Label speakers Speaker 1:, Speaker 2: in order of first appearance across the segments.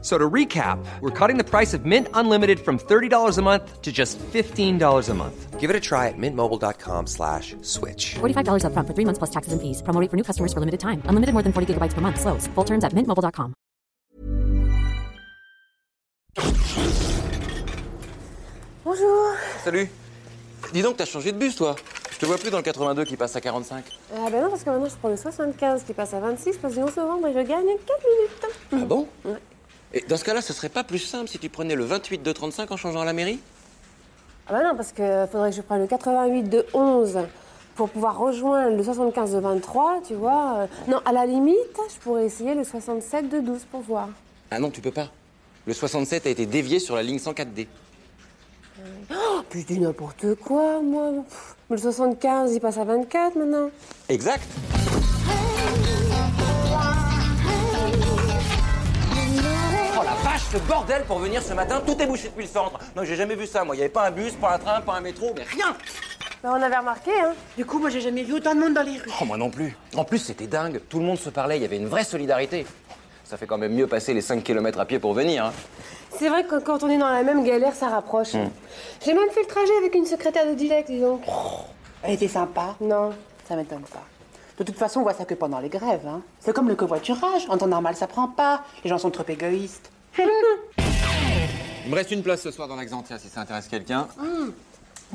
Speaker 1: So to recap, we're cutting the price of Mint Unlimited from $30 a month to just $15 a month. Give it a try at mintmobile.com slash switch.
Speaker 2: $45 upfront for three months plus taxes and fees. Promo rate for new customers for limited time. Unlimited more than 40 gigabytes per month. Slows. Full terms at mintmobile.com.
Speaker 3: Bonjour. Euh,
Speaker 4: Salut Dis donc, t'as changé de bus, toi Je te vois plus dans le 82 qui passe à 45.
Speaker 3: Ah ben non, parce que maintenant je prends le 75 qui passe à 26 parce qu'on se vend et je gagne 4 minutes.
Speaker 4: Ah bon Et dans ce cas-là, ce serait pas plus simple si tu prenais le 28 de 35 en changeant à la mairie
Speaker 3: Ah ben non, parce que faudrait que je prenne le 88 de 11 pour pouvoir rejoindre le 75 de 23, tu vois. Euh, Non, à la limite, je pourrais essayer le 67 de 12 pour voir.
Speaker 4: Ah non, tu peux pas. Le 67 a été dévié sur la ligne 104D.
Speaker 3: Oh, puis je dis n'importe quoi, moi. Pff, Mais le 75, il passe à 24 maintenant.
Speaker 4: Exact Oh la vache, le bordel pour venir ce matin, tout est bouché depuis le centre. Non, j'ai jamais vu ça, moi. Il y avait pas un bus, pas un train, pas un métro, mais rien
Speaker 3: Ben, on avait remarqué, hein.
Speaker 5: Du coup, moi, j'ai jamais vu autant de monde dans les rues.
Speaker 4: Oh, moi non plus. En plus, c'était dingue. Tout le monde se parlait, il y avait une vraie solidarité. Ça fait quand même mieux passer les 5 km à pied pour venir. hein.
Speaker 3: C'est vrai que quand on est dans la même galère, ça rapproche. J'ai même fait le trajet avec une secrétaire de dilect, dis donc.
Speaker 5: Elle était sympa.
Speaker 3: Non.
Speaker 5: Ça m'étonne pas. De toute façon, on voit ça que pendant les grèves. Hein. C'est comme le covoiturage. En temps normal, ça prend pas. Les gens sont trop égoïstes.
Speaker 4: Il me reste une place ce soir dans l'Axantia si ça intéresse quelqu'un.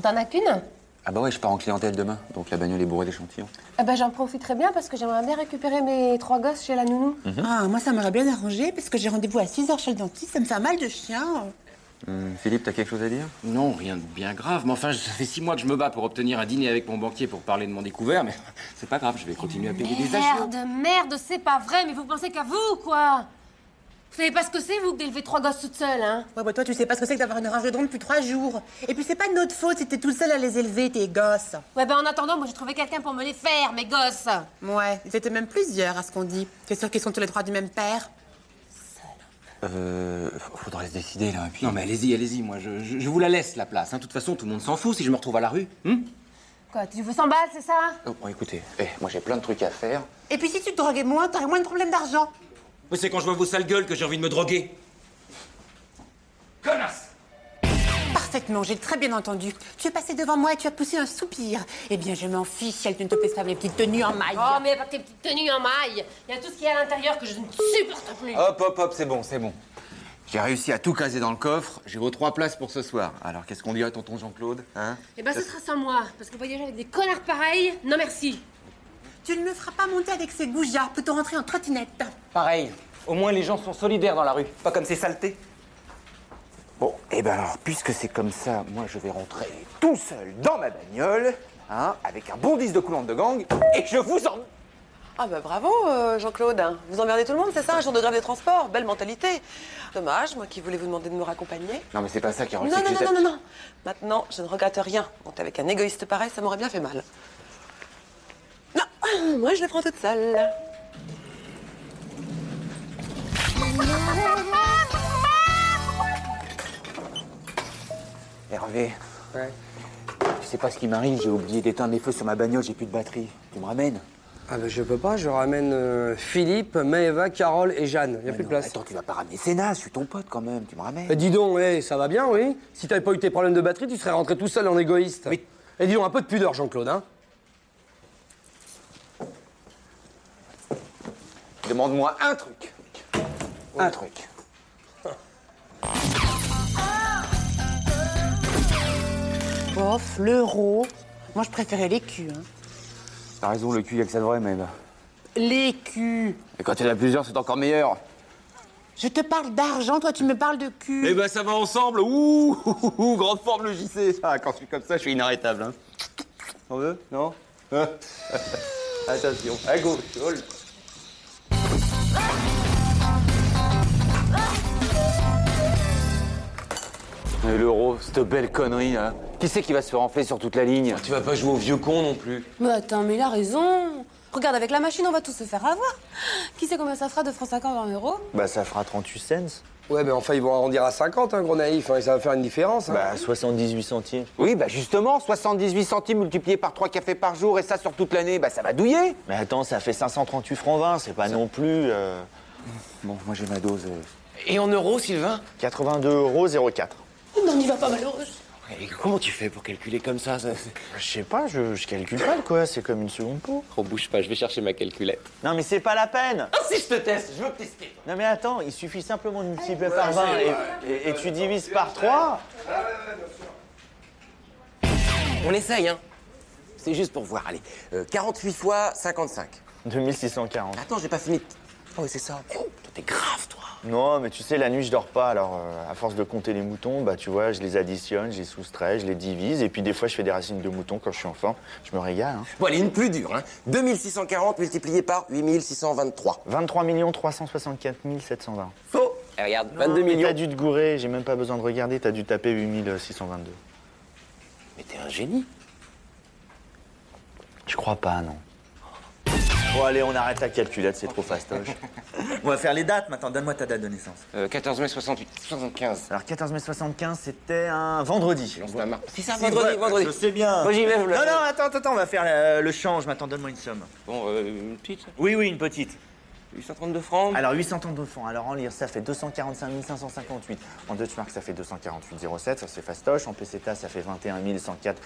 Speaker 3: T'en as qu'une
Speaker 4: Ah bah ouais, je pars en clientèle demain, donc la bagnole est bourrée d'échantillons.
Speaker 3: Eh ben, j'en profiterai bien parce que j'aimerais bien récupérer mes trois gosses chez la nounou.
Speaker 6: Mmh.
Speaker 5: Ah, moi, ça m'aurait bien arrangé parce que j'ai rendez-vous à 6 h chez le dentiste. Ça me fait un mal de chien.
Speaker 4: Hum, Philippe, t'as quelque chose à dire Non, rien de bien grave, mais enfin, ça fait six mois que je me bats pour obtenir un dîner avec mon banquier pour parler de mon découvert, mais c'est pas grave, je vais continuer à payer des achats.
Speaker 6: Merde, merde, c'est pas vrai, mais vous pensez qu'à vous ou quoi Vous savez pas ce que c'est, vous, que d'élever trois gosses toute seule, hein
Speaker 5: Ouais, bah, toi, tu sais pas ce que c'est que d'avoir une rage de drone depuis 3 jours. Et puis, c'est pas de notre faute si t'es toute seule à les élever, tes gosses.
Speaker 6: Ouais, ben en attendant, moi j'ai trouvé quelqu'un pour me les faire, mes gosses
Speaker 5: Ouais, ils étaient même plusieurs à ce qu'on dit. T'es sûr qu'ils sont tous les trois du même père
Speaker 4: Euh. Faudrait se décider là, et puis. Non, mais allez-y, allez-y, moi, je, je- je vous la laisse la place. hein. De toute façon, tout le monde s'en fout si je me retrouve à la rue. hein
Speaker 6: Quoi, tu veux 100 balles, c'est ça
Speaker 4: Oh, bon, écoutez, eh, moi j'ai plein de trucs à faire.
Speaker 5: Et puis, si tu te droguais moins, t'aurais moins de problèmes d'argent.
Speaker 4: Mais c'est quand je vois vos sales gueules que j'ai envie de me droguer. Connasse
Speaker 5: Parfaitement, j'ai très bien entendu. Tu es passé devant moi et tu as poussé un soupir. Eh bien, je m'en fiche si elles ne te plaisent pas les petites tenues en maille.
Speaker 7: Ah.
Speaker 6: Oh, mais pas tes petites tenues en maille Il y a tout ce qu'il y a à l'intérieur que je ne supporte plus
Speaker 4: Hop, hop, hop, c'est bon, c'est bon. J'ai réussi à tout caser dans le coffre. J'ai vos trois places pour ce soir. Alors, qu'est-ce qu'on dit à tonton Jean-Claude hein
Speaker 6: Eh ben, ce sera sans moi, parce que voyager avec des connards pareils, non merci
Speaker 5: Tu ne me feras pas monter avec ces goujats. Peut-on rentrer en trottinette
Speaker 4: Pareil. Au moins, les gens sont solidaires dans la rue. Pas comme ces saletés. Bon, et ben alors, puisque c'est comme ça, moi, je vais rentrer tout seul dans ma bagnole, hein, avec un bon 10 de coulante de gang, et je vous en...
Speaker 7: Ah bah bravo euh, Jean-Claude, vous emmerdez tout le monde, c'est ça, un jour de grève des transports, belle mentalité. Dommage, moi qui voulais vous demander de me raccompagner.
Speaker 4: Non, mais c'est pas ça qui rend
Speaker 7: Non, non, non, non, non, non. Maintenant, je ne regrette rien. Donc avec un égoïste pareil, ça m'aurait bien fait mal. Non, moi je les prends toute seule.
Speaker 4: Hervé. Je sais pas ce qui m'arrive, j'ai oublié d'éteindre les feux sur ma bagnole, j'ai plus de batterie. Tu me ramènes
Speaker 8: Ah ben je peux pas, je ramène euh, Philippe, Maëva, Carole et Jeanne. Y a plus de
Speaker 4: Non,
Speaker 8: place.
Speaker 4: Attends, tu vas pas ramener Sénat, je suis ton pote quand même, tu me ramènes.
Speaker 8: Eh, dis donc, eh, ça va bien, oui Si t'avais pas eu tes problèmes de batterie, tu serais rentré tout seul en égoïste.
Speaker 4: Mais-
Speaker 8: Et dis donc, un peu de pudeur, Jean-Claude, hein
Speaker 4: Demande-moi un truc. Un truc.
Speaker 5: Bof, l'euro. Moi, je préférais les culs. Hein.
Speaker 4: T'as raison, le cul, y'a que ça de vrai, même.
Speaker 5: Les culs.
Speaker 4: Et quand il y en a plusieurs, c'est encore meilleur.
Speaker 5: Je te parle d'argent, toi, tu me parles de cul.
Speaker 4: Eh ben, ça va ensemble. Ouh, ouh, ouh, grande forme le JC. Ah, quand je suis comme ça, je suis inarrêtable. Hein. T'en veux Non Hein Attention. Oh Allez, go. Hold. Mais l'euro, cette belle connerie, hein. là. Qui c'est qui va se faire enfler sur toute la ligne
Speaker 9: Tu vas pas jouer au vieux con non plus.
Speaker 3: Mais attends, mais il a raison. Regarde, avec la machine, on va tous se faire avoir. Qui sait combien ça fera de francs 50 en euros
Speaker 4: Bah, ça fera 38 cents.
Speaker 8: Ouais, mais enfin, ils vont arrondir à 50, hein, gros naïf, hein, et ça va faire une différence. hein.
Speaker 4: Bah, 78 centimes.
Speaker 10: Oui, bah justement, 78 centimes multipliés par 3 cafés par jour et ça sur toute l'année, bah ça va douiller.
Speaker 4: Mais attends, ça fait 538 francs 20, c'est pas non plus. euh,
Speaker 10: Bon, moi j'ai ma dose. euh.
Speaker 5: Et en euros, Sylvain Oh,
Speaker 4: 82 euros 04.
Speaker 11: Non, n'y va pas, malheureuse.
Speaker 5: Et Comment tu fais pour calculer comme ça, ça
Speaker 4: Je sais pas, je, je calcule pas quoi, c'est comme une seconde peau.
Speaker 5: Oh, bouge pas, je vais chercher ma calculette.
Speaker 4: Non, mais c'est pas la peine
Speaker 5: Ah, si je te teste, je veux tester.
Speaker 4: Non, mais attends, il suffit simplement de multiplier par 20 et, et- et tu divises par 3.
Speaker 5: On essaye, hein C'est juste pour voir, allez. euh, 48 fois 55.
Speaker 4: 2640.
Speaker 5: Attends, j'ai pas fini. de- Ah oui, c'est ça. Oh, toi, t'es grave, toi.
Speaker 4: Non, mais tu sais, la nuit, je dors pas, alors euh, à force de compter les moutons, bah tu vois, je les additionne, je les soustrais, je les divise, et puis des fois, je fais des racines de moutons quand je suis en forme. Je me régale, hein.
Speaker 5: Bon, allez, une plus dure, hein. 2640 multiplié par 8623.
Speaker 4: 23 364 720.
Speaker 5: Faux Eh, regarde, 22
Speaker 4: Mais
Speaker 5: millions.
Speaker 4: t'as dû te gourer, j'ai même pas besoin de regarder, t'as dû taper euh, 8622.
Speaker 5: Mais t'es un génie.
Speaker 4: Je crois pas, non. Bon, allez, on arrête la calculette, c'est trop fastoche.
Speaker 12: On va faire les dates maintenant, donne-moi ta date de naissance.
Speaker 5: Euh, 14 mai 68, 75.
Speaker 4: Alors, 14 mai 75, c'était un vendredi.
Speaker 5: Lance la main. C'est ça,
Speaker 12: Si,
Speaker 5: vendredi,
Speaker 12: ouais,
Speaker 5: vendredi.
Speaker 12: Je sais bien.
Speaker 5: Moi, j'y vais, je le
Speaker 12: Non,
Speaker 5: fais.
Speaker 12: non, attends, attends, on va faire euh, le change maintenant, donne-moi une somme.
Speaker 5: Bon, euh, une petite
Speaker 12: Oui, oui, une petite.
Speaker 5: 832 francs.
Speaker 4: Alors, 800 ans de fonds. Alors, en lire, ça fait 245 558. En Deutschmark, ça fait 248,07. Ça, c'est fastoche. En PCTA, ça fait 21 104.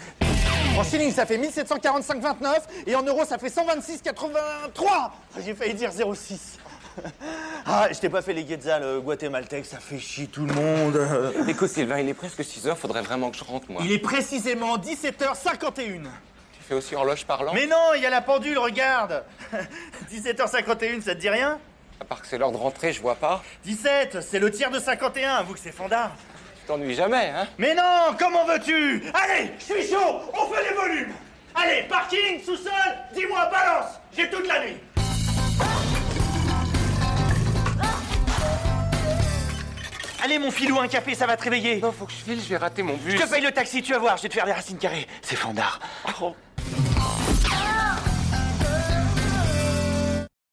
Speaker 4: En shilling, ça fait 1745,29. Et en euros, ça fait 126,83. J'ai failli dire 06. Ah, je t'ai pas fait les guetzales euh, guatémaltèques. Ça fait chier tout le monde.
Speaker 5: Écoute, Sylvain, il est presque 6 heures, faudrait vraiment que je rentre, moi.
Speaker 12: Il est précisément 17h51.
Speaker 5: Tu fais aussi horloge parlant
Speaker 12: Mais non, il y a la pendule, regarde 17h51, ça te dit rien
Speaker 5: À part que c'est l'heure de rentrer, je vois pas.
Speaker 12: 17, c'est le tiers de 51, avoue que c'est fandard.
Speaker 5: Tu t'ennuies jamais, hein
Speaker 12: Mais non, comment veux-tu Allez, je suis chaud, on fait les volumes Allez, parking, sous-sol, dis-moi, balance J'ai toute la nuit Allez, mon filou, un café, ça va te réveiller.
Speaker 5: Non, faut que je file, je vais rater mon bus.
Speaker 12: Je te paye le taxi, tu vas voir, je vais te faire des racines carrées. C'est fandard.